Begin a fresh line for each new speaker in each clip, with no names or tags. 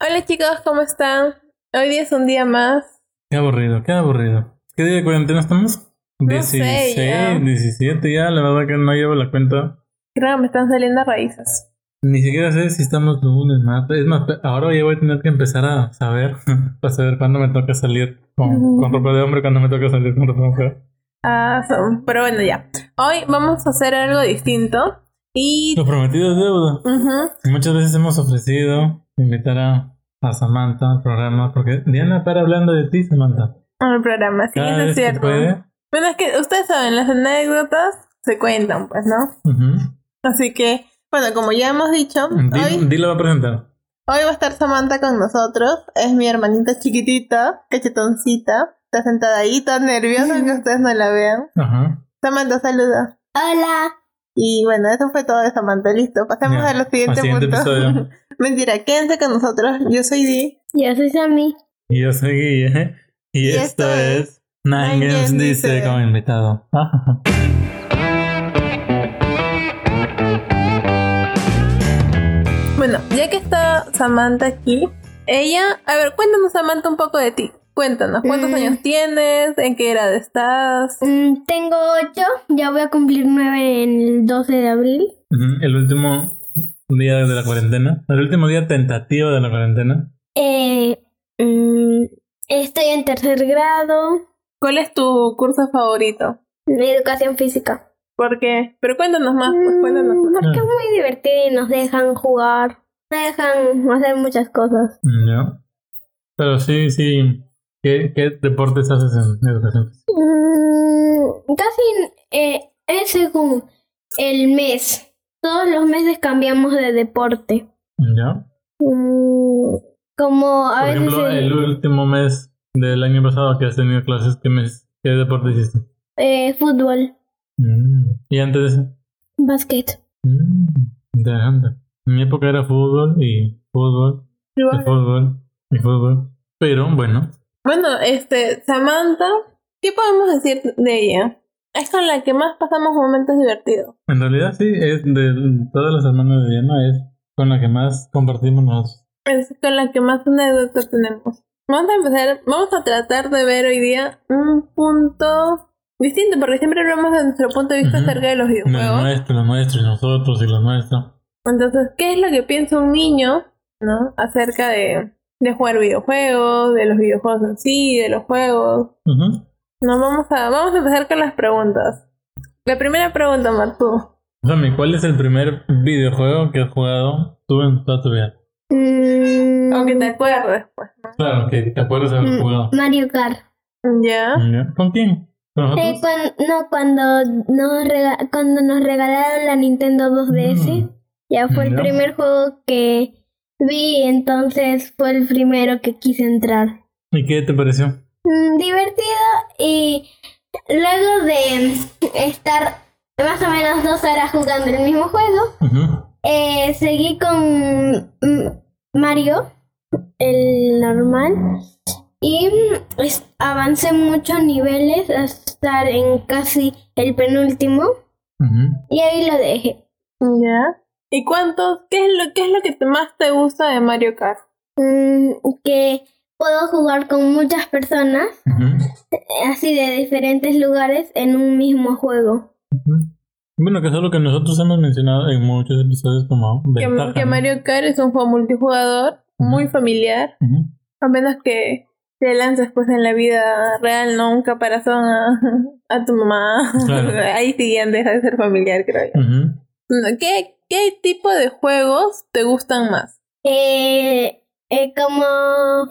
Hola chicos, ¿cómo están? Hoy día es un día más.
Qué aburrido, qué aburrido. ¿Qué día de cuarentena estamos?
No sé,
16,
ya.
17 ya, la verdad que no llevo la cuenta.
Creo que me están saliendo raíces.
Ni siquiera sé si estamos lunes, martes. Es más, ahora ya voy a tener que empezar a saber, para saber cuándo me toca salir con,
Ujú.
con ropa de hombre, cuándo me toca salir con ropa de mujer.
Ah, son- pero bueno, ya. Hoy vamos a hacer algo distinto. Y.
Lo prometido es deuda.
Ujú.
Muchas veces hemos ofrecido invitar a, a Samantha al programa, porque Diana para hablando de ti, Samantha.
El programa, sí,
Cada
eso es
vez que
cierto.
puede.
Bueno, es que ustedes saben, las anécdotas se cuentan, pues, ¿no?
Ujú.
Así que, bueno, como ya hemos dicho,
Di-
hoy,
Di lo va a presentar.
hoy va a estar Samantha con nosotros. Es mi hermanita chiquitita, cachetoncita. Está sentada ahí, tan nerviosa que ustedes no la vean.
Ajá.
Samantha, saluda. Hola. Y bueno, eso fue todo de Samantha. Listo, pasamos
Ya,
a los siguientes
Al siguiente
puntos.
episodio.
Mentira, quédense con nosotros. Yo soy Di.
Yo soy Sammy.
Y yo soy Guille. ¿eh?
Y
Y, esto,
esto es
es Nine,
Nine
Games
Games
Dice
Dice.
como invitado.
Bueno, ya que está Samantha aquí, ella, a ver, cuéntanos Samantha un poco de ti. Cuéntanos, ¿cuántos
Mm.
años tienes? ¿En qué edad estás?
Mm, tengo ocho, ya voy a cumplir nueve en el 12 de abril.
Ujú, El último día de la cuarentena. El último día tentativo de la cuarentena.
Eh, mm, estoy en tercer grado,
¿Cuál es tu curso favorito?
en educación física.
¿Por qué? Pero cuéntanos más, pues
Mm,
cuéntanos.
porque
Ah.
es muy divertido y nos dejan jugar, nos dejan hacer muchas cosas.
¿No? Mm, Pero sí, sí. ¿Qué, qué deportes haces en educación?
Mm, casi eh, es según el mes. Todos los meses cambiamos de deporte.
¿No?
Mm, como a
Por
veces...
ejemplo,
el-
el último mes del año pasado que has tenido clases, ¿qué, mes, qué deporte hiciste?
eh, fútbol,
Mm, Y antes de eso.
básquet.
Mm, Interesante. En mi época era fútbol y fútbol y fútbol y fútbol. Pero bueno,
Bueno, este, Samantha, ¿qué podemos decir de ella? Es con la que más pasamos momentos divertidos.
en realidad sí, es de todas las hermanas de Diana, es con la que más compartimos nosotros.
Es con la que más anécdotas tenemos. Vamos a empezar, vamos a tratar de ver hoy día un punto distinto, porque siempre hablamos de nuestro punto de vista
Ujú.
acerca de los
Los
videojuegos.
nuestros, los nuestros, y nosotros y los nuestros.
Entonces, ¿qué es lo que piensa un niño, no? Acerca de, de jugar videojuegos, de los videojuegos en sí, de los juegos.
Ujú.
No, vamos a, vamos a empezar con las preguntas. La primera pregunta, Martú.
Sammy, ¿cuál es el primer videojuego que has jugado tú en toda tu vida?
Mm,
Aunque te acuerdes, pues.
Claro, que te acuerdas de haber
mm,
jugado.
Mario Kart.
Ya.
Ya. ¿Con quién? ¿Con
Eh,
nosotros?
cuan- no, cuando nos, rega- cuando nos regalaron la Nintendo 2DS,
Mm.
ya fue el
Ya.
primer juego que vi, entonces fue el primero que quise entrar.
¿Y qué te pareció?
Mm, divertido y luego de estar más o menos dos horas jugando el mismo juego,
Ujú.
eh, seguí con mm, Mario, el normal. Y mm, es- avancé muchos niveles hasta estar en casi el penúltimo.
Ujú.
Y ahí lo dejé.
Ya. ¿Y cuántos? ¿Qué es lo, qué es lo que te- más te gusta de Mario Kart?
Mm, que puedo jugar con muchas personas,
Ujú.
eh, así de diferentes lugares, en un mismo juego.
Ujú. Bueno, que es algo que nosotros hemos mencionado en muchos episodios como
Que,
ventaja.
que
¿no?
Mario Kart es un juego multijugador, muy
Ujú.
familiar,
Ujú.
a menos que te lanzas pues en la vida real, no un caparazón a, a tu mamá.
Claro.
Ahí sí ya deja de ser familiar, creo yo.
Ujú.
Bueno, ¿Qué, ¿Qué tipo de juegos te gustan más?
Eh, eh, como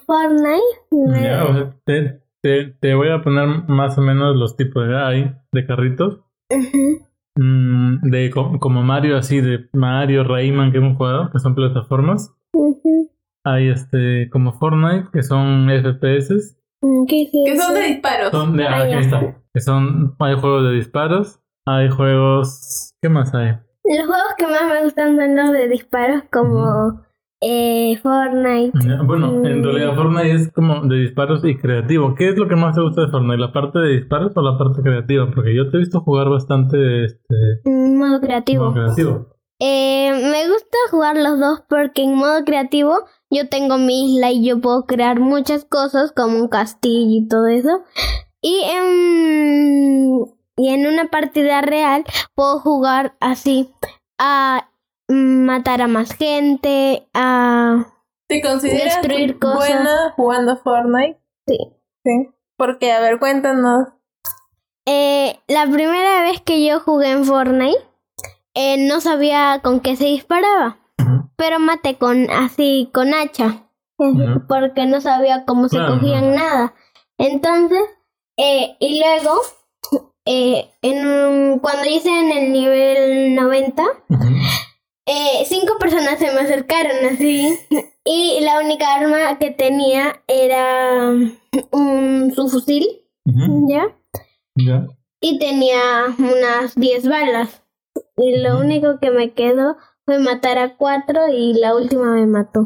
Fortnite. me-
Ya, o sea, te, te- te voy a poner más o menos los tipos de hay de carritos.
Ujú.
Mm, de co- como Mario así, de Mario, Rayman que hemos jugado, que son plataformas.
Ujú.
Hay este como Fortnite, que son FPS.
Mm, ¿Qué es
Que son
eso?
de disparos.
Son de, ah,
Ah, ya.
ahí está. Que son, hay juegos de disparos. Hay juegos... ¿Qué más hay?
Los juegos que más me gustan son los de disparos como eh, Fortnite.
Ya, Bueno, en
Mm.
realidad Fortnite es como de disparos y creativo. ¿Qué es lo que más te gusta de Fortnite? ¿La parte de disparos o la parte creativa? Porque yo te he visto jugar bastante este,
Mm, Modo
como
creativo.
creativo.
Eh, me gusta jugar los dos porque en modo creativo Yo tengo mi isla y yo puedo crear muchas cosas como un castillo y todo eso. Y en, y en una partida real puedo jugar así a matar a más gente, a...
¿Te consideras
Destruir cosas.
buena jugando Fortnite?
Sí.
Sí. Porque, a ver, cuéntanos.
Eh, la primera vez que yo jugué en Fortnite, eh, no sabía con qué se disparaba,
Ujú.
pero maté con así, con hacha,
Ujú.
porque no sabía cómo se
Claro,
cogían
ajá.
nada. Entonces, eh, y luego, eh, en un- cuando hice en el nivel 90,
Ujú.
eh, cinco personas se me acercaron así, y la única arma que tenía era un, su fusil,
Ujú.
¿ya?
Ya.
y tenía unas 10 balas. Y lo
Ujú.
único que me quedó fue matar a cuatro y la última me mató.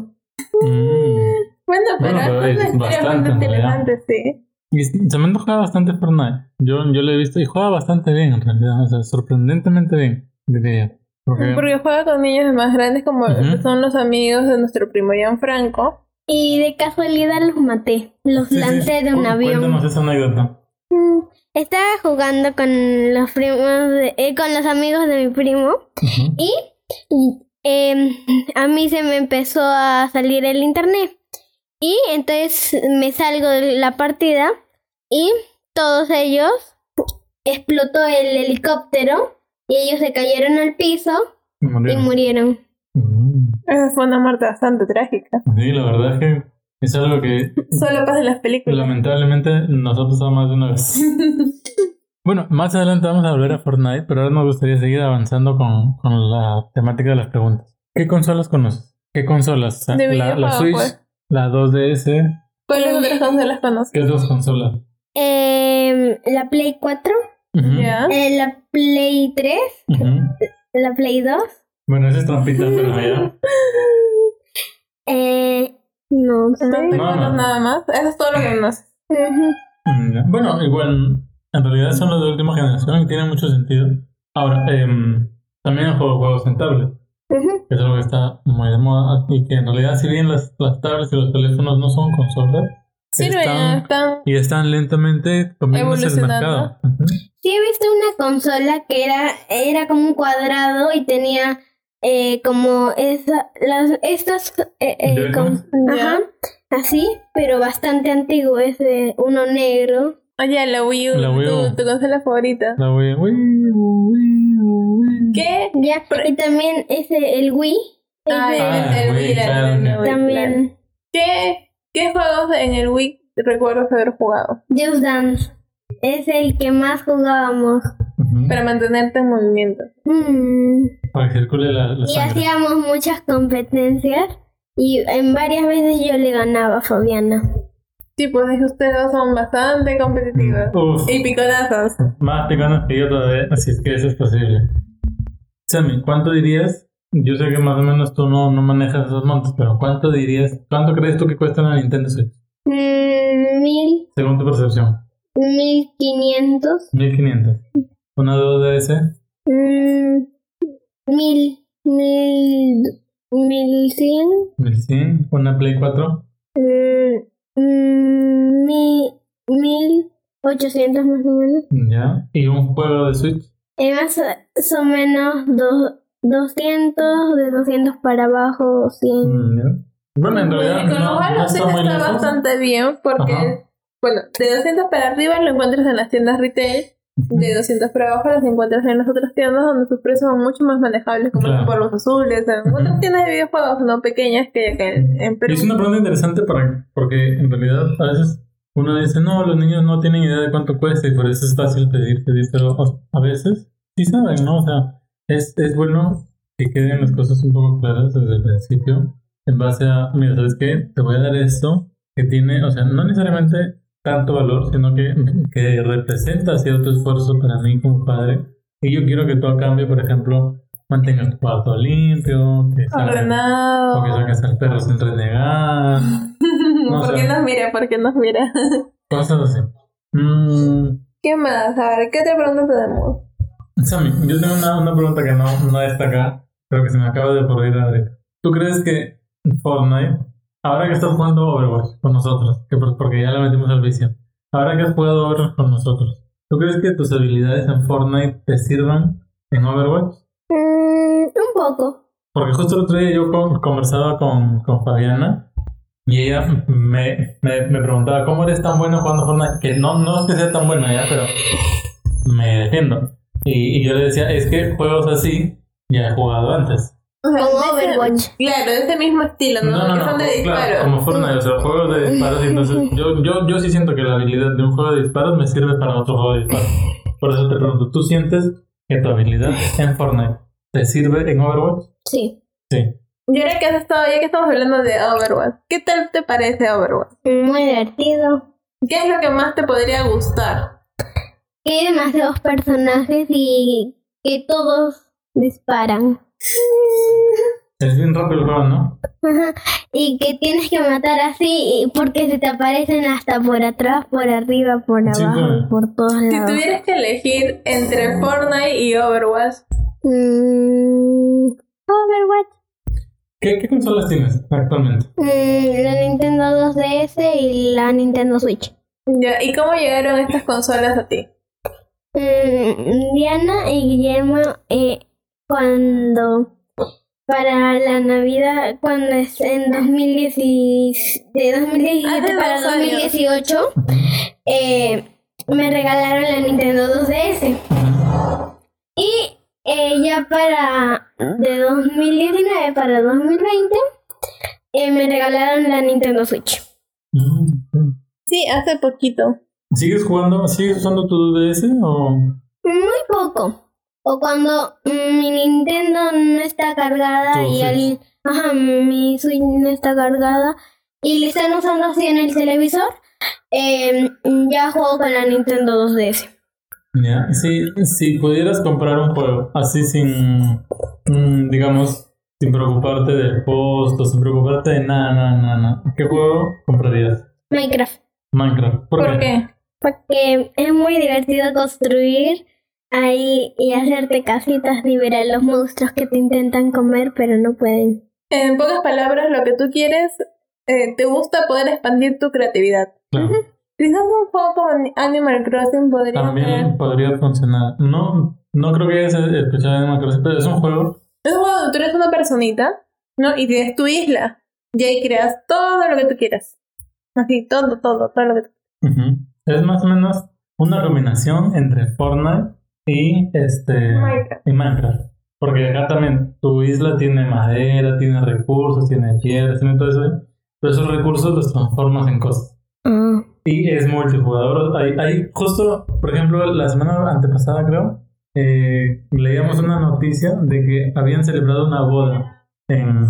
Mm.
Bueno, pero,
Bueno, pero
es
es
una historia
bastante,
bastante
en realidad.
interesante, sí.
Y s- se me antojaba bastante Fortnite. Yo, yo lo he visto y juega bastante bien, en realidad. O sea, sorprendentemente bien, diría. yo. Porque,
Porque juega con niños más grandes como
Ujú.
son los amigos de nuestro primo Gianfranco.
Y de casualidad los maté. Los
Sí, sí,
lancé de
cu-
un avión.
Cuéntanos esa anécdota.
Mm, Estaba jugando con los primos, de- eh, con los amigos de mi primo
Ujú.
y y, em, a mí se me empezó a salir el internet. Y entonces me salgo de la partida y todos ellos explotó el helicóptero y ellos se cayeron al piso
Y
y
murieron.
murieron.
Mm.
Esa fue una muerte bastante trágica.
Sí, la verdad es que es algo que
Solo pasa en las películas.
lamentablemente nos ha pasado más de una vez. Bueno, más adelante vamos a volver a Fortnite, pero ahora nos gustaría seguir avanzando con, con la temática de las preguntas. ¿Qué consolas conoces? ¿Qué consolas? O sea,
De
la, la
videojuegos,
Switch,
pues.
la 2DS.
¿Cuáles otras consolas conoces?
¿Qué dos consolas?
Em, la Play 4,
Ujú,
¿Ya?
eh, la Play 3,
ujú.
la Play 2.
Bueno, esa es trampita, pero ya.
Eh, no sé.
No te
No,
cuento
no.
nada más. Eso es todo lo que conoces.
Ujú.
Mm, Bueno, igual, en realidad son las de última generación y tienen mucho sentido. Ahora, em, también han jugado juegos en tablet.
Ujú.
que es algo que está muy de moda y que en realidad si bien las, las tablets y los teléfonos no son consolas
Sirven,
están-
están
y están lentamente comiéndose el
Evolucionando.
mercado Ujú.
Sí he visto una consola que era, era como un cuadrado y tenía eh, como esa, las, estas eh, eh,
Joy-Cons.
con-
Ya.
ajá, así, pero bastante antiguo, es de uno negro.
Oye, la Wii U,
La Wii U.
Tu, tu consola favorita.
La Wii, Wii, Wii, Wii.
¿Qué?
Ya, y también es de- el Wii, es
Ay,
de-
Ah,
el
Wii,
Wii, la-
claro,
la
claro.
Wii, claro.
también
¿Qué, ¿Qué juegos en el Wii recuerdas haber jugado?
Just Dance, es el que más jugábamos.
Ujú.
Para mantenerte en movimiento.
Mm.
para que circule la, la
Y
sangre
hacíamos muchas competencias y en varias veces yo le ganaba a Fabiana.
Sí, pues es que ustedes dos son bastante competitivos.
Uf,
Y piconazos.
más picanas que yo todavía así es que eso es posible Sammy, ¿cuánto dirías? Yo sé que más o menos tú no, no manejas esos montos, pero ¿cuánto dirías? ¿Cuánto crees tú que cuesta la Nintendo Switch?
Mm, mil
Según tu percepción.
1500.
1500. ¿Una 2DS?
Mm, mil. Mil. Mil cien.
1100, una Play 4,
Mm, mm, mi- mil. Ochocientos más o menos.
ya, y un juego de Switch,
Eh, más o- o menos dos. 200, de 200 para abajo, 100.
Mm, ya. Bueno, en realidad
Con lo
no,
cual
no
la
está
tienda
muy
está
lejos.
bastante bien porque,
Ajá.
bueno, de 200 para arriba lo encuentras en las tiendas retail. De
Mm.
200 para abajo las encuentras en las otras tiendas donde sus precios son mucho más manejables, como
Claro.
los polvos azules, en
Ujú.
otras tiendas de videojuegos no pequeñas que hay acá en, en
Y
Perú.
es una pregunta interesante para, porque en realidad a veces uno dice, no, los niños no tienen idea de cuánto cuesta y por eso es fácil pedir, pedir, pero o- a veces sí saben, ¿no? O sea, es, es bueno que queden las cosas un poco claras desde el principio, en base a, mira, ¿sabes qué? Te voy a dar esto que tiene, o sea, no necesariamente tanto valor, sino que, que representa cierto esfuerzo para mí como padre. Y yo quiero que tú a cambio, por ejemplo, mantengas tu cuarto limpio, que salga-
Ordenado.
o que sacas al perro sin renegar. no
¿Por
sé.
qué nos mira? ¿Por qué nos mira?
Cosas así. Mm,
¿Qué más? A ver, ¿qué otra pregunta tenemos?
Sammy, yo tengo una, una pregunta que no, no está acá, pero que se me acaba de ocurrir ahorita. ¿Tú crees que Fortnite Ahora que estás jugando Overwatch con nosotros, que por- porque ya le metimos al vicio. Ahora que has jugado Overwatch con nosotros, ¿tú crees que tus habilidades en Fortnite te sirvan en Overwatch?
Mm, un poco.
Porque justo el otro día yo con- conversaba con, con Fabiana y ella me, me, me preguntaba, ¿cómo eres tan bueno jugando Fortnite? Que no, no es que sea tan bueno ya, pero me defiendo. Y, y yo le decía, es que juegos así ya he jugado antes.
O sea,
Como
de ese-
Overwatch.
claro, de ese mismo estilo, ¿no? que son de
como-
disparo.
claro, como Fortnite, o sea, juegos de disparos. y Entonces, yo, yo, yo sí siento que la habilidad de un juego de disparos me sirve para otro juego de disparos. Por eso te pregunto, ¿tú sientes que tu habilidad en Fortnite te sirve en Overwatch?
Sí.
Sí.
Y ahora que has estado, ya que estamos hablando de Overwatch, ¿qué tal te parece Overwatch?
Muy divertido.
¿Qué es lo que más te podría gustar?
Que hay demasiados personajes y que todos disparan.
Es bien rápido el juego, ¿no?
Ajá. Y que tienes que matar así y- porque se te aparecen hasta por atrás, por arriba, por
Sí,
abajo,
claro.
por todos
Si
lados.
tuvieras que elegir entre Fortnite y Overwatch,
Mm, Overwatch.
¿Qué, qué consolas tienes actualmente?
Mm, la Nintendo 2DS y la Nintendo Switch.
ya, ¿y cómo llegaron estas consolas a ti?
Mm, Diana y Guillermo, eh, cuando para la Navidad, cuando es en 2010, de 2017
Hace
para
dos años.
2018, eh, me regalaron la Nintendo 2DS. Y eh, ya para de 2019 para 2020, eh, me regalaron la Nintendo Switch.
Sí, hace poquito.
¿Sigues jugando? ¿Sigues usando tu DS o...?
Muy poco. O cuando mm, mi Nintendo no está cargada
Tu
y el, ajá, mi Switch no está cargada y le están usando así en el televisor, eh, ya juego con la Nintendo 2DS.
Ya, sí, si pudieras comprar un juego así sin, mm, digamos, sin preocuparte del costo, sin preocuparte de nada, nada, nada, nada, ¿qué juego comprarías?
Minecraft.
Minecraft. ¿Por,
¿Por qué?
Porque es muy divertido construir ahí y hacerte casitas, liberar los monstruos que te intentan comer pero no pueden.
En pocas palabras, lo que tú quieres, eh, te gusta poder expandir tu creatividad.
Claro,
Quizás un juego como Ani- Animal Crossing podría
También
ser.
podría funcionar. No, no creo que hayas escuchado de Minecraft, pero es un juego.
Es un juego donde tú eres una personita, ¿no? Y tienes tu isla. Y ahí creas todo lo que tú quieras. Así, todo, todo, todo lo que tú
ujú, Es más o menos una combinación entre Fortnite y este
Minecraft.
y Minecraft. Porque acá también tu isla tiene madera, tiene recursos, tiene piedras, tiene todo eso. Pero esos recursos los transformas en cosas. Y es multijugador. Hay, hay justo, por ejemplo, la semana antepasada creo, eh, leíamos una noticia de que habían celebrado una boda en,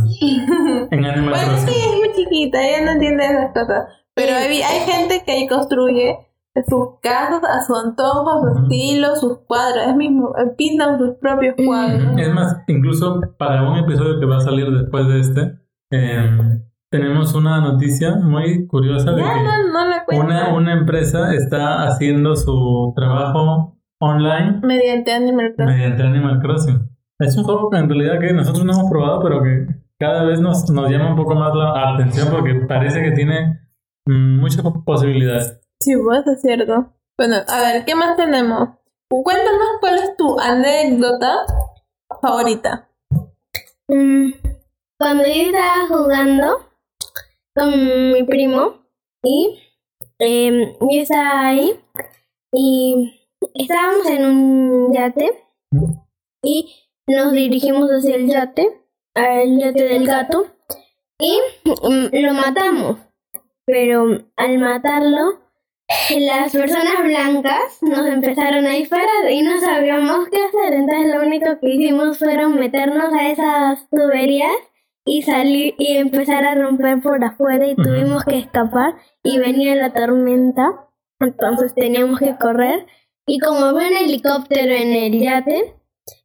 en Animal
Bueno, sí,
Crossing.
es muy chiquita, ella no entiende esas cosas. Pero hay, hay gente que ahí construye sus casas a su antojo, a su
Ujú.
estilo, sus cuadros. Es mismo, eh, pintan sus propios cuadros.
Ujú. Mm, Es más, incluso para un episodio que va a salir después de este, eh, tenemos una noticia muy curiosa de
Ya,
que...
no, pues, no la cuento.
Una, una empresa está haciendo su trabajo online
Mediante Animal Crossing.
mediante Animal Crossing. Es un juego que en realidad que nosotros no hemos probado, pero que cada vez nos, nos llama un poco más la atención porque parece que tiene mm, muchas po- posibilidades.
Sí, vos es cierto. Bueno, a ver, ¿qué más tenemos? Cuéntanos cuál es tu anécdota favorita.
Mm, Cuando yo estaba jugando con mi primo y em, yo estaba ahí y estábamos en un yate y nos dirigimos hacia el yate, al yate del gato y mm, lo matamos. Pero al matarlo, las personas blancas nos empezaron a disparar y no sabíamos qué hacer. Entonces lo único que hicimos fueron meternos a esas tuberías y salir y empezar a romper por afuera y
Ujú.
tuvimos que escapar y venía la tormenta. Entonces teníamos que correr y como ve un helicóptero en el yate,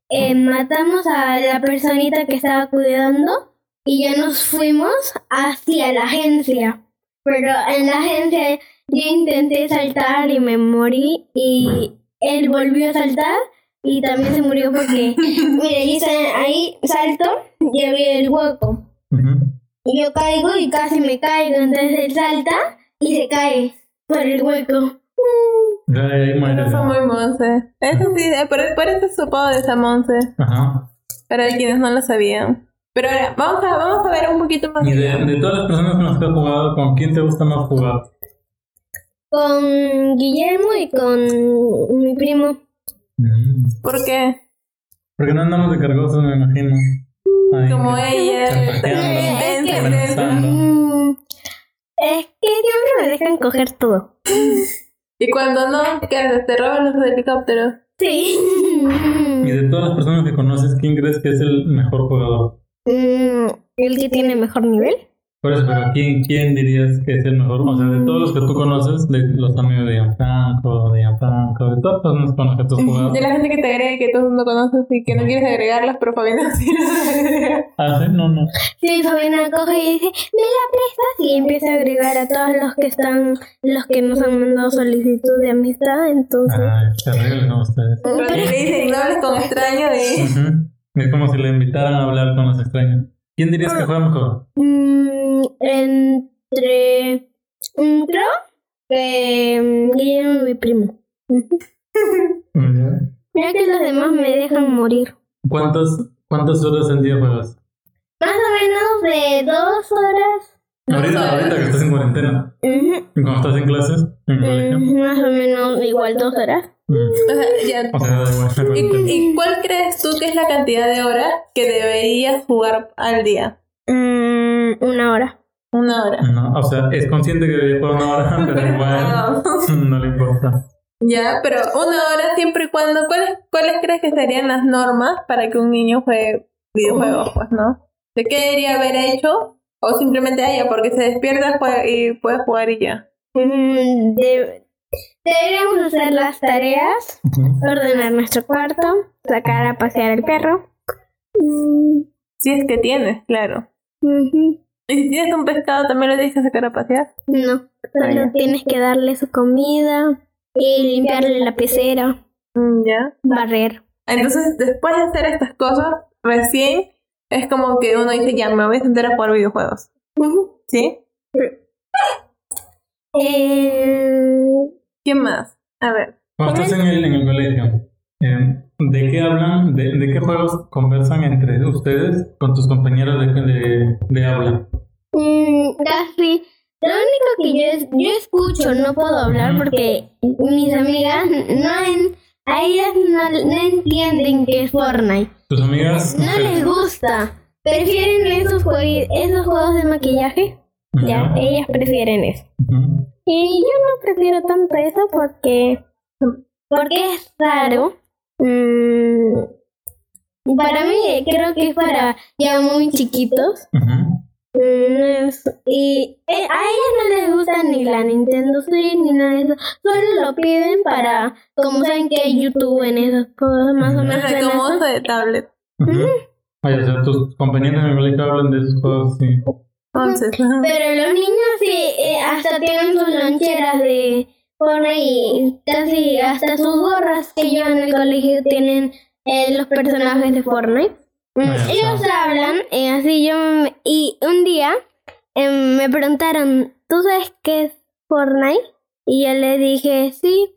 eh, matamos a la personita que estaba cuidando y ya nos fuimos hacia la agencia. Pero en la agencia yo intenté saltar y me morí y él volvió a saltar y también se murió porque, mira, yo sa- ahí salto y había el hueco.
Ujú.
Y yo caigo y casi me caigo. Entonces él salta y se cae por el hueco.
Ya, ya, ahí muere.
Eso fue muy Monse. Eso sí, eh, por, por eso supo de esa Monse.
Ajá.
Para quienes no lo sabían. Pero ahora, vamos a, vamos a ver un poquito más.
Y de, de todas las personas con las que has jugado, ¿con quién te gusta más jugar?
Con Guillermo y con mi primo.
Mm.
¿Por qué?
Porque no andamos de cargosos, me imagino. Ahí,
Como
eh,
ella.
chantajeando,
Es que-
amenazando.
Mm, es que siempre me dejan coger todo.
Y cuando no, que te roban los helicópteros.
Sí.
Y de todas las personas que conoces, ¿quién crees que es el mejor jugador?
Mm, el que tiene mejor nivel.
Por eso, pero ¿quién, ¿quién dirías que es el mejor? O sea, de todos los que tú conoces, de los amigos de Gianfranco, de Gianfranco, de todas las personas con las que tú has jugado.
De la gente que te agrega y que todo el mundo conoces y que no quieres agregarlas, pero Fabiana sí las agrega.
Ah, sí, no, no.
Sí, Fabiana coge y dice, ¿me la prestas? Y empieza a agregar a todos los que están, los que nos han mandado solicitud de amistad, entonces.
Ay, terrible como ustedes.
Pero te dicen, no hables con extraños y...
Ujú. Es como si le invitaran a hablar con los extraños. ¿Quién dirías que juega mejor?
Mm, entre un pro que mm, Guillermo y mi primo. Mira que los demás me dejan morir.
¿Cuántas, ¿Cuántas horas al día juegas?
Más o menos de dos horas.
Ahorita, ahorita que estás en cuarentena. ¿Y cuando estás en clases? ¿En colegio?
Mm, Más o menos igual dos horas.
Mm.
O sea, ya.
O sea, da igual. da
¿Y,
igual.
y cuál crees tú que es la cantidad de horas que deberías jugar al día?
Mm, una hora.
Una hora.
No, o sea, es consciente que debería jugar una hora, pero igual no le importa.
Ya, pero una hora siempre y cuando. ¿Cuáles, cuáles crees que serían las normas para que un niño juegue videojuegos? Pues no. ¿De qué debería haber hecho? O simplemente haya, porque se despierta jue- y puede jugar y ya.
Mm, de- deberíamos hacer las tareas, ordenar nuestro cuarto, sacar a pasear al perro. Mm,
Si es que tienes, claro.
ujú.
Y si tienes un pescado, también lo tienes que sacar a pasear.
No, solo tienes que darle su comida y limpiarle la pecera,
Mm, Ya.
barrer.
Entonces, después de hacer estas cosas, recién es como que uno dice, ya, me voy a sentar a jugar videojuegos. ¿Sí?
Eh,
¿Qué más? A ver.
Cuando estás en el, en el colegio, eh, ¿de qué hablan? De, de qué juegos conversan entre ustedes con tus compañeros de, de, de habla?
Mm, casi. Lo único que yo, es- yo escucho, no puedo hablar porque mis amigas no en- a ellas no, no entienden que es Fortnite.
¿Tus amigas?
No les gusta. Prefieren esos, juegui- esos juegos de maquillaje. Ya, ellas prefieren eso.
Ujú.
Y yo no prefiero tanto eso porque. Porque es raro. Mm, para mí, creo que es para ya muy chiquitos.
Ujú.
Mm, es- Y eh, a ellas no les gusta ni la Nintendo Switch ni nada de eso. Solo lo piden para, como saben que hay YouTube en esas cosas, más o
Ujú.
menos. Pues, en
como
eso.
uso de tablet.
Ujú. Oye, o sea, tus compañeros en el colegio hablan de esos juegos, sí.
Entonces,
Pero los niños sí, eh, hasta tienen sus loncheras de Fortnite y casi hasta sus gorras que llevan en el colegio tienen eh, los personajes de Fortnite. Mm,
Ah, ya
Ellos
está.
hablan, eh, así yo. me- y un día eh, me preguntaron, ¿tú sabes qué es Fortnite? Y yo le dije, sí.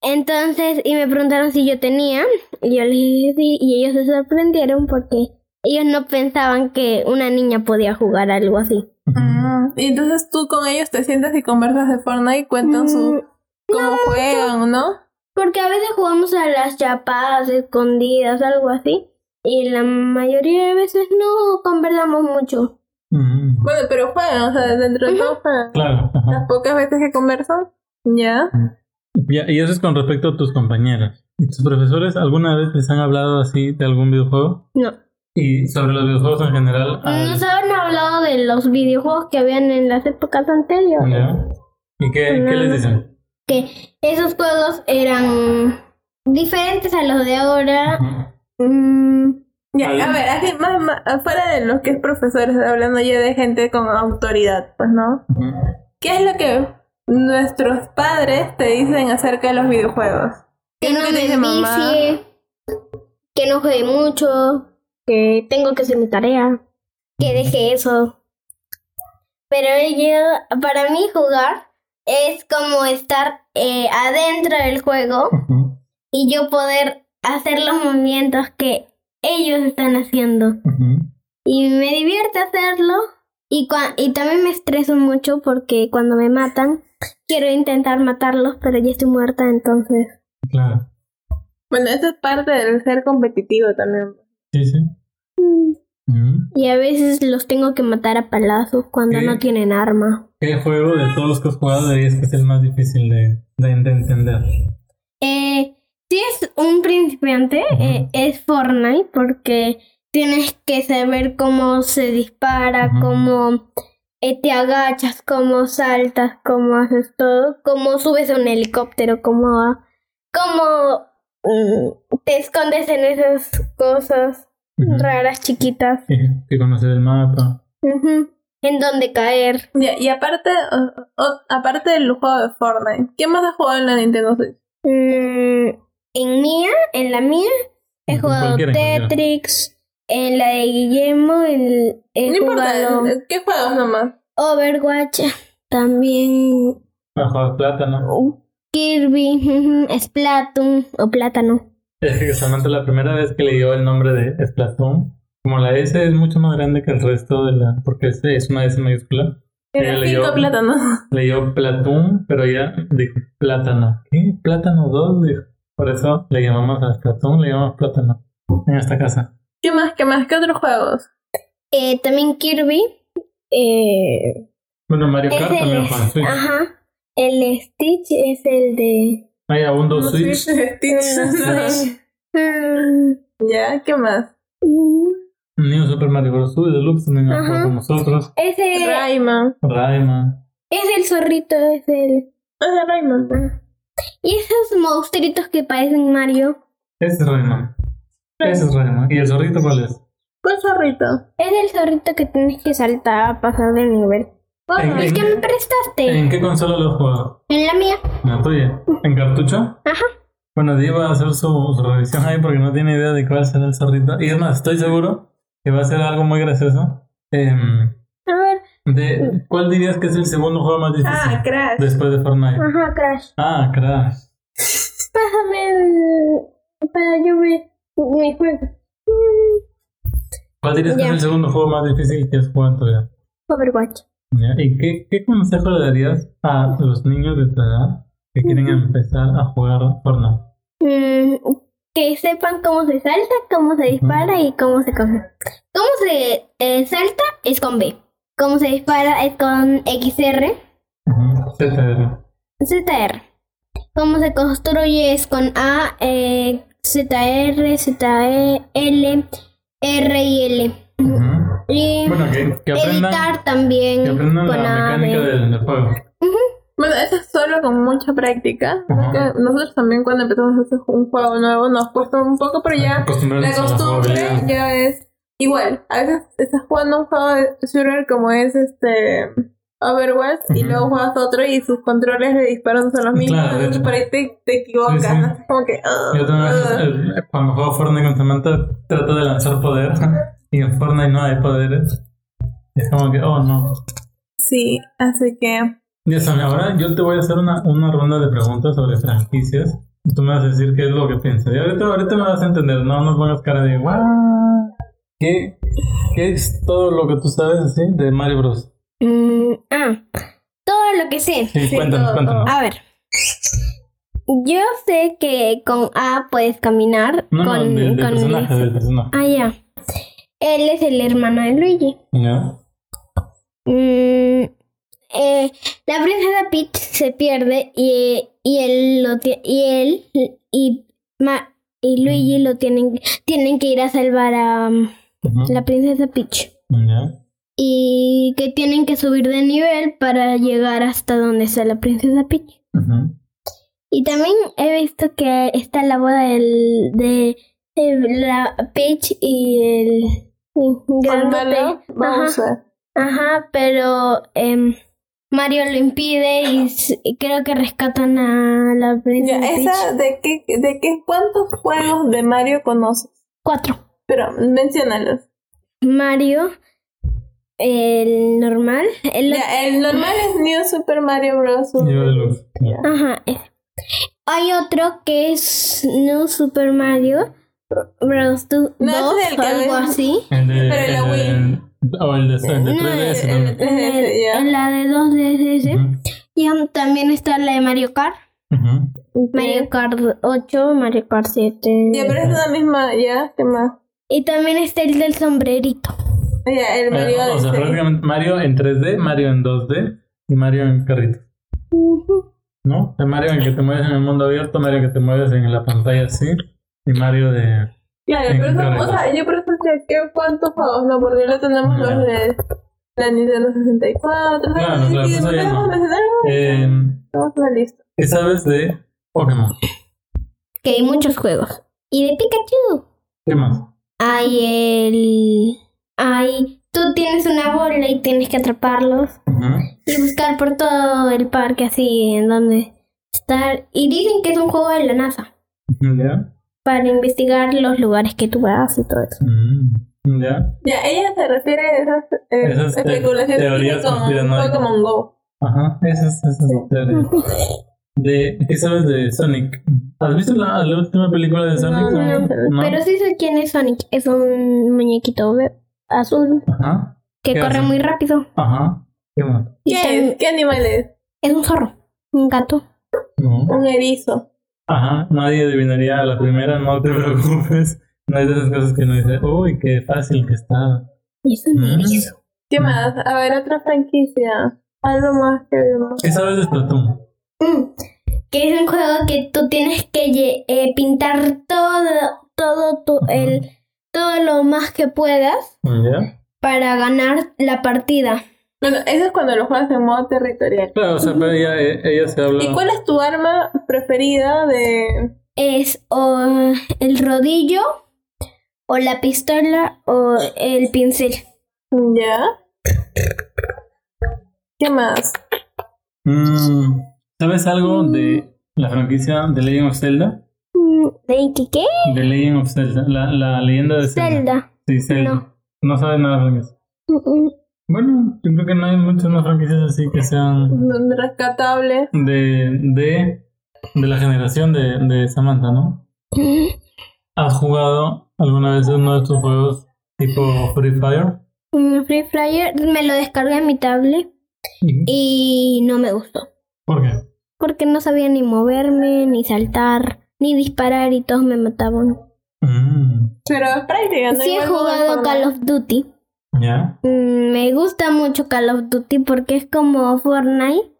Entonces, y me preguntaron si yo tenía. Y yo les dije, sí. Y ellos se sorprendieron porque ellos no pensaban que una niña podía jugar algo así.
Ujú.
Mm, Y entonces tú con ellos te sientas y conversas de Fortnite y cuentan
Mm,
su cómo juegan, ¿no?
Porque a veces jugamos a las chapadas, escondidas, algo así. Y la mayoría de veces no conversamos mucho.
Ujú.
Bueno, pero juegan, o sea, dentro de todo juegan.
Claro. ajá.
Las pocas veces que conversan, ya.
Ya, y eso es con respecto a tus compañeros. ¿Y tus profesores alguna vez les han hablado así de algún videojuego?
No.
Y sobre los videojuegos en general. al-
Nos han hablado de los videojuegos que habían en las épocas anteriores.
¿Ya? ¿Y qué, qué les dicen?
Que esos juegos eran diferentes a los de ahora. Mm,
Ya, a ver, aquí más, más- afuera de los que es profesores, hablando ya de gente con autoridad, pues, ¿no?
Ujú.
¿Qué es lo que nuestros padres te dicen acerca de los videojuegos?
que
es lo
no
que
me
te dice mamá?
envicie, que no juegue mucho, que tengo que hacer mi tarea, que deje eso. Pero yo, para mí jugar es como estar eh, adentro del juego
Ujú,
y yo poder hacer los movimientos que ellos están haciendo.
ujú.
Y me divierte hacerlo. Y, cua- y también me estreso mucho porque cuando me matan, quiero intentar matarlos, pero ya estoy muerta, entonces.
Claro.
Bueno, eso es parte del ser competitivo también.
Sí, sí. Ujú.
Y a veces los tengo que matar a palazos cuando
Sí.
no tienen arma.
¿Qué juego de todos los que has jugado dirías que es el más difícil de, de- de entender?
Eh, si es un principiante,
Ujú.
eh, es Fortnite porque tienes que saber cómo se dispara,
Ujú.
cómo eh, te agachas, cómo saltas, cómo haces todo, cómo subes a un helicóptero, cómo, cómo mm, te escondes en esas cosas
Ujú.
raras chiquitas.
Que- Que conocer el mapa.
Ujú. En donde caer.
Ya, y aparte, o- o- aparte del juego de Fortnite, ¿qué más has jugado en la Nintendo Switch?
Mm, en mía, en la mía, he
En
jugado
cualquiera, en cualquiera.
Tetris, en la de Guillermo, el, he
No importa, eh,
jugado
¿qué juegos nomás?
Overwatch, también
Bajo plátano.
Uh,
Kirby, ujú, Splatoon o Plátano.
Es que Samantha la primera vez que le dio el nombre de Splatoon, como la S es mucho más grande que el resto de la, porque S es una S mayúscula, Ella
Tiene
leyó-
cinco plátanos.
le dio Platoon, pero ella dijo plátano. ¿Qué? Plátano 2 dijo. Por eso le llamamos a Splatoon, le llamamos plátano en esta casa.
¿Qué más? ¿Qué más? ¿Qué otros juegos?
Eh, también Kirby, eh,
Bueno, Mario
es
Kart también juega en
el,
Switch.
ajá, el Stitch es el de...
Hay aún dos Switch.
Switch.
mm,
Ya, ¿qué más?
mm,
New Super Mario Bros. U Deluxe también lo
Ajá.
con nosotros.
Eh,
ese
Rayman.
Rayman.
es el zorrito, es el...
Ah, Rayman.
Y esos monstruitos que parecen Mario.
Ese es Rayman. Ese es Rayman. ¿Y el zorrito cuál es?
¿Cuál zorrito?
Es el zorrito que tienes que saltar a pasar de nivel.
Ah,
¿En qué-
El que me prestaste.
¿En qué consola lo has jugado?
En la mía.
La tuya. ¿En cartucho?
Ajá.
Bueno, Di va a hacer su, su revisión ahí porque no tiene idea de cuál será el zorrito. Y es más, estoy seguro que va a ser algo muy gracioso. Em,
A ver.
de, ¿Cuál dirías que es el segundo juego más difícil
Ah, Crash.
después de Fortnite?
Ajá, Crash.
Ah, Crash.
Pásame el... para yo ver mi juego. Mm,
¿Cuál dirías que
Ya.
es el segundo juego más difícil que has jugado en tu vida?
Overwatch.
¿Ya? ¿Y qué, qué consejo le darías a los niños de tu edad que quieren empezar a jugar Fortnite?
Mm, que sepan cómo se salta, cómo se dispara y cómo se coge. Cómo se eh, salta es con B. Cómo se dispara es con XR.
Ujú, etcétera.
ZR. Cómo se construye es con A, eh, ZR, ZL, E, R y L.
Ujú.
Y
Bueno, que, que aprendan,
editar
que
también
aprendan
con
la
A.
mecánica
B.
del- del juego.
Bueno, eso es solo con mucha práctica.
Ajá.
Que Nosotros también cuando empezamos a hacer un juego nuevo nos cuesta un poco, pero ya
Acostumbrarnos
la
a la
costumbre
jugabilidad.
ya es igual. A veces estás jugando un juego de shooter como es este Overwatch y
Ujú.
luego juegas otro y sus controles de disparos no son los mismos,
Claro, de
entonces
hecho.
por ahí te, te equivocas,
Sí, sí.
¿no? Es como que... ah,
Yo también
ah.
eh, cuando juego Fortnite con Samantha trato de lanzar poder y en Fortnite no hay poderes. Es como que, oh no.
Sí, así que...
Ya saben, ahora yo te voy a hacer una, una ronda de preguntas sobre franquicias y tú me vas a decir qué es lo que piensas. Y ahorita, ahorita me vas a entender, no nos pongas cara de, wow. ¿Qué, ¿Qué es todo lo que tú sabes así de Mario Bros?
Mm, ah, todo lo que sé.
Sí,
Sí,
cuéntanos,
todo,
cuéntanos.
A ver. Yo sé que con A puedes caminar.
No,
Ah,
no,
con,
del, del
con
personaje, del personaje.
Ah, ya. Él es el hermano de Luigi.
¿Ya?
Mm, eh, la princesa Peach se pierde y, y él lo ti- y él y Ma- y
Mm.
Luigi lo tienen tienen que ir a salvar a um,
Ujú.
la princesa Peach
¿Ya?
y que tienen que subir de nivel para llegar hasta donde está la princesa Peach.
Ujú.
Y también he visto que está la boda del, de, de la Peach y el y
Cuéntalo,
grandote. Ajá.
vamos a ver.
Ajá, pero em, Mario lo impide y, s- y creo que rescatan a la
Ya,
princesa
esa,
Peach.
¿de qué, de qué, cuántos juegos de Mario conoces?
Cuatro.
Pero, menciónalos.
Mario, el normal. El,
Ya, el normal es New Super Mario Bros.
Yo de los.
Ajá, ese. Hay otro que es New Super Mario Bros. 2
No, ese es el
o
que
algo
ves.
así.
El de.
Pero la Wii.
el- O el de, el de
No,
3DS
el-
también.
Ese,
En, el-
ya.
en la de 2DS. Y um, también está la de Mario Kart.
Ujú, ujú.
Mario Kart 8, Mario Kart 7.
Ya, pero es la misma, ya, ¿qué más?
Y también está el del sombrerito.
Ya, el Mario
Eh, o sea,
Odyssey.
prácticamente Mario en 3D, Mario en 2D y Mario en carrito. ¿No? El Mario en que te mueves en el mundo abierto, Mario que te mueves en la pantalla así y Mario de.
Claro,
en
pero eso-
carrera.
o sea, yo por eso chequeo cuántos juegos, ¿no? Porque lo tenemos
Ya.
los de la Nintendo 64.
Claro,
¿sabes?
claro,
Y
eso ya
tenemos
no.
los de-
Eh,
Estamos en la lista.
¿Qué sabes de Pokémon?
Que hay muchos juegos. Y de Pikachu.
¿Qué más?
Hay el. Hay. Tú tienes una bola y tienes que atraparlos.
Ujú.
Y buscar por todo el parque así en donde estar. Y dicen que es un juego de la NASA.
¿Ya?
Para investigar los lugares que tú vas y todo eso.
Mm, ¿Ya?
Ya, ella se refiere a esas, eh,
Esas, eh,
especulaciones
teorías
como
conspiranoicas.
Pokémon Go.
Ajá, esa es, esa es la teoría. De, ¿Qué sabes de Sonic? ¿Has visto la, la última película de Sonic?
no, Pero sí sé quién es Sonic. Es un muñequito ve- azul
Ajá,
que
¿Qué
corre
hace?
muy rápido.
ajá. ¿Qué más?
Y
¿Qué,
también-
es? ¿Qué animal es?
es un zorro, un gato.
No.
Un erizo.
Ajá, nadie adivinaría a la primera, no te preocupes. No hay de esas cosas que no dice, uy, qué fácil que está.
Y es un
Mm.
erizo.
¿Qué más? A ver, otra franquicia. Algo más que vemos.
¿Qué sabes de Splatoon?
Mm. Que es un juego que tú tienes que lle- eh, pintar todo, todo, tu-
Ujú.
el, todo lo más que puedas
¿Ya?
para ganar la partida.
Bueno, eso es cuando lo juegas en modo territorial.
Claro, o sea, pero ella, e, ella se habla.
¿Y cuál es tu arma preferida de...?
Es o el rodillo, o la pistola, o el pincel.
¿Ya? ¿Qué más?
Mm, ¿Sabes algo de la franquicia de Legend of Zelda?
Mm, ¿De qué? qué?
De Legend of Zelda, la, la leyenda de Zelda.
Zelda.
Sí, Zelda.
No.
No, sabes nada de la franquicia.
Mm, mm.
Bueno, yo creo que no hay muchas más franquicias así que sean
Rescatable.
de, de, de la generación de, de Samantha, ¿no?
mm,
¿Has jugado alguna vez uno de estos juegos tipo Free Fire?
Mm, Free Fire me lo descargué en mi tablet y no me gustó.
¿Por qué?
porque no sabía ni moverme, ni saltar, ni disparar y todos me mataban.
Mm,
Pero es práctica, ¿no?
sí he
Igual como
jugado
Fortnite.
Call of Duty.
¿Ya?
Mm, me gusta mucho Call of Duty porque es como Fortnite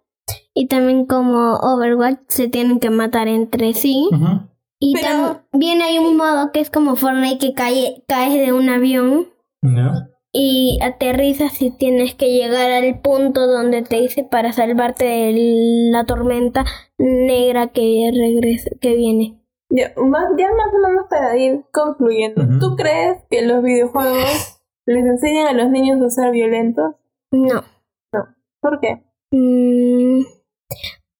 y también como Overwatch se tienen que matar entre sí.
Ujú.
Y
Pero-
también hay un modo que es como Fortnite que cae, caes de un avión
¿Ya?
y aterrizas y tienes que llegar al punto donde te dice para salvarte de la tormenta negra que regresa, que viene.
Ya más, ya más o menos para ir concluyendo.
Ujú.
¿Tú crees que los videojuegos les enseñan a los niños a ser violentos?
No.
¿Por qué?
Mm,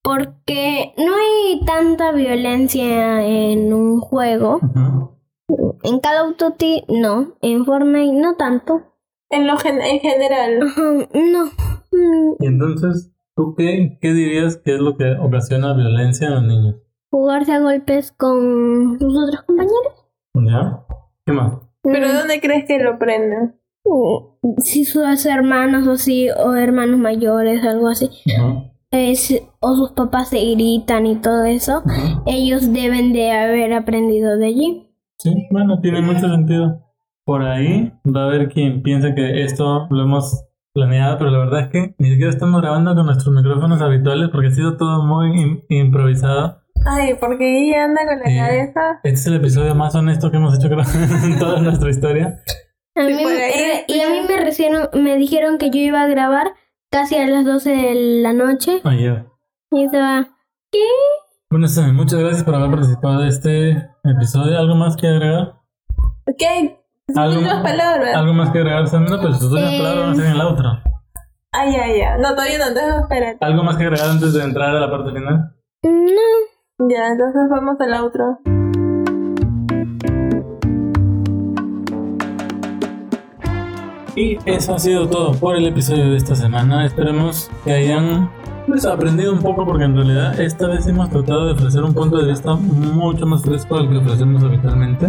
porque no hay tanta violencia en un juego.
Ujú.
En Call of Duty, no. En Fortnite, no tanto.
En, lo gen- en general.
Ajá, no. Mm,
Y entonces, ¿tú qué, qué dirías que es lo que ocasiona violencia en los niños?
Jugarse a golpes con sus otros compañeros.
¿Ya? ¿Qué más?
¿Pero dónde crees que lo aprenden?
Mm, Si sus hermanos o si o hermanos mayores, algo así,
Ujú.
es, o sus papás se gritan y todo eso,
Ujú.
ellos deben de haber aprendido de allí.
Sí, bueno, tiene mucho sentido. Por ahí va a haber quien piense que esto lo hemos planeado, pero la verdad es que ni siquiera estamos grabando con nuestros micrófonos habituales porque ha sido todo muy im- improvisado.
Ay, porque ella anda con la
Sí.
cabeza.
Este es el episodio más honesto que hemos hecho creo, en toda nuestra historia.
A
Sí,
mí,
por ahí
eh, y a mí
escuchan.
me, recieron- me dijeron que yo iba a grabar casi a las 12 de la noche.
Ayer.
Y estaba, ¿qué?
Bueno, Sammy, muchas gracias por haber participado de este episodio. ¿Algo más que agregar?
¿Qué?
Algo,
Últimas palabras.
¿Algo más que agregar, Sammy? No, pues tus últimas
Eh.
palabras van a ser en la otra.
Ay, ay, ya. No, todavía no, entonces espérate.
¿Algo más que agregar antes de entrar a la parte final?
No.
Ya, entonces vamos al otro.
Y eso ha sido todo por el episodio de esta semana. Esperemos que hayan pues, aprendido un poco porque en realidad esta vez hemos tratado de ofrecer un punto de vista mucho más fresco al que ofrecemos habitualmente.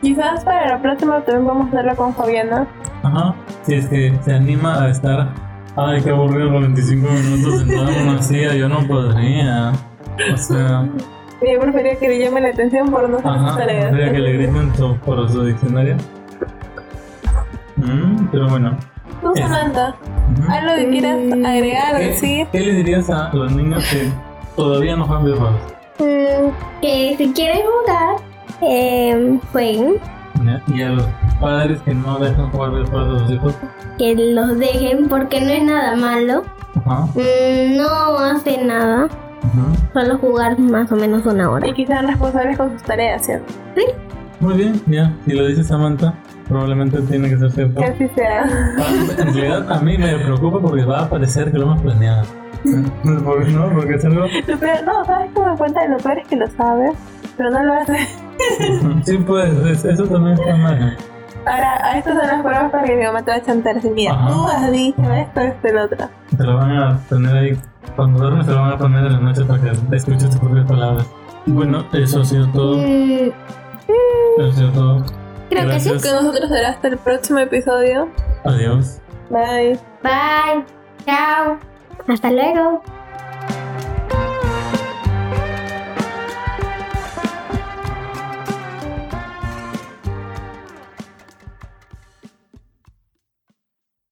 Quizás para la próxima también vamos a hacerlo con Fabiana.
Ajá. Si es que se anima a estar... Ay, qué aburrido con 25 minutos sentado en una silla, yo no podría. O sea...
Yo prefería que le llamen la atención por no hacer sus
Ajá,
tareas.
habría que le griten su- por su diccionario. Mm, pero bueno.
Tú, Samantha,
Ujú.
algo que quieras
Mm.
agregar,
¿Qué,
decir.
qué le dirías a los niños que todavía no juegan videojuegos?
Mm, que si quieren jugar, eh, jueguen,
Ya, Y a los padres que no dejan jugar videojuegos a sus hijos.
que los dejen porque no es nada malo.
Ajá.
Mm, no hace nada,
ujú.
solo jugar más o menos una hora.
Y que sean responsables con sus tareas, ¿cierto?
Muy bien, ya. Si lo dice Samantha, probablemente tiene que ser cierto.
Que así sea.
Ah, En realidad, a mí me preocupa porque va a parecer que lo hemos planeado. ¿Por qué no? Porque es algo.
Lo peor- no, ¿sabes cómo me cuenta? Lo peor es que lo sabes, pero no lo haces.
Sí, pues, es- eso también está mal.
Ahora, a estas son las pruebas para que mi mamá te va a chantar así, mira,
Ajá.
tú has dicho esto, esto y lo otro.
Te lo van a poner ahí, cuando duermes te lo van a poner en la noche para que escuches tus propias palabras. Bueno, eso ha sido todo.
Mm,
Eso ha sido todo.
Creo que sí.
Gracias.
Con nosotros será hasta el próximo episodio.
Adiós.
Bye.
bye, chao, hasta luego.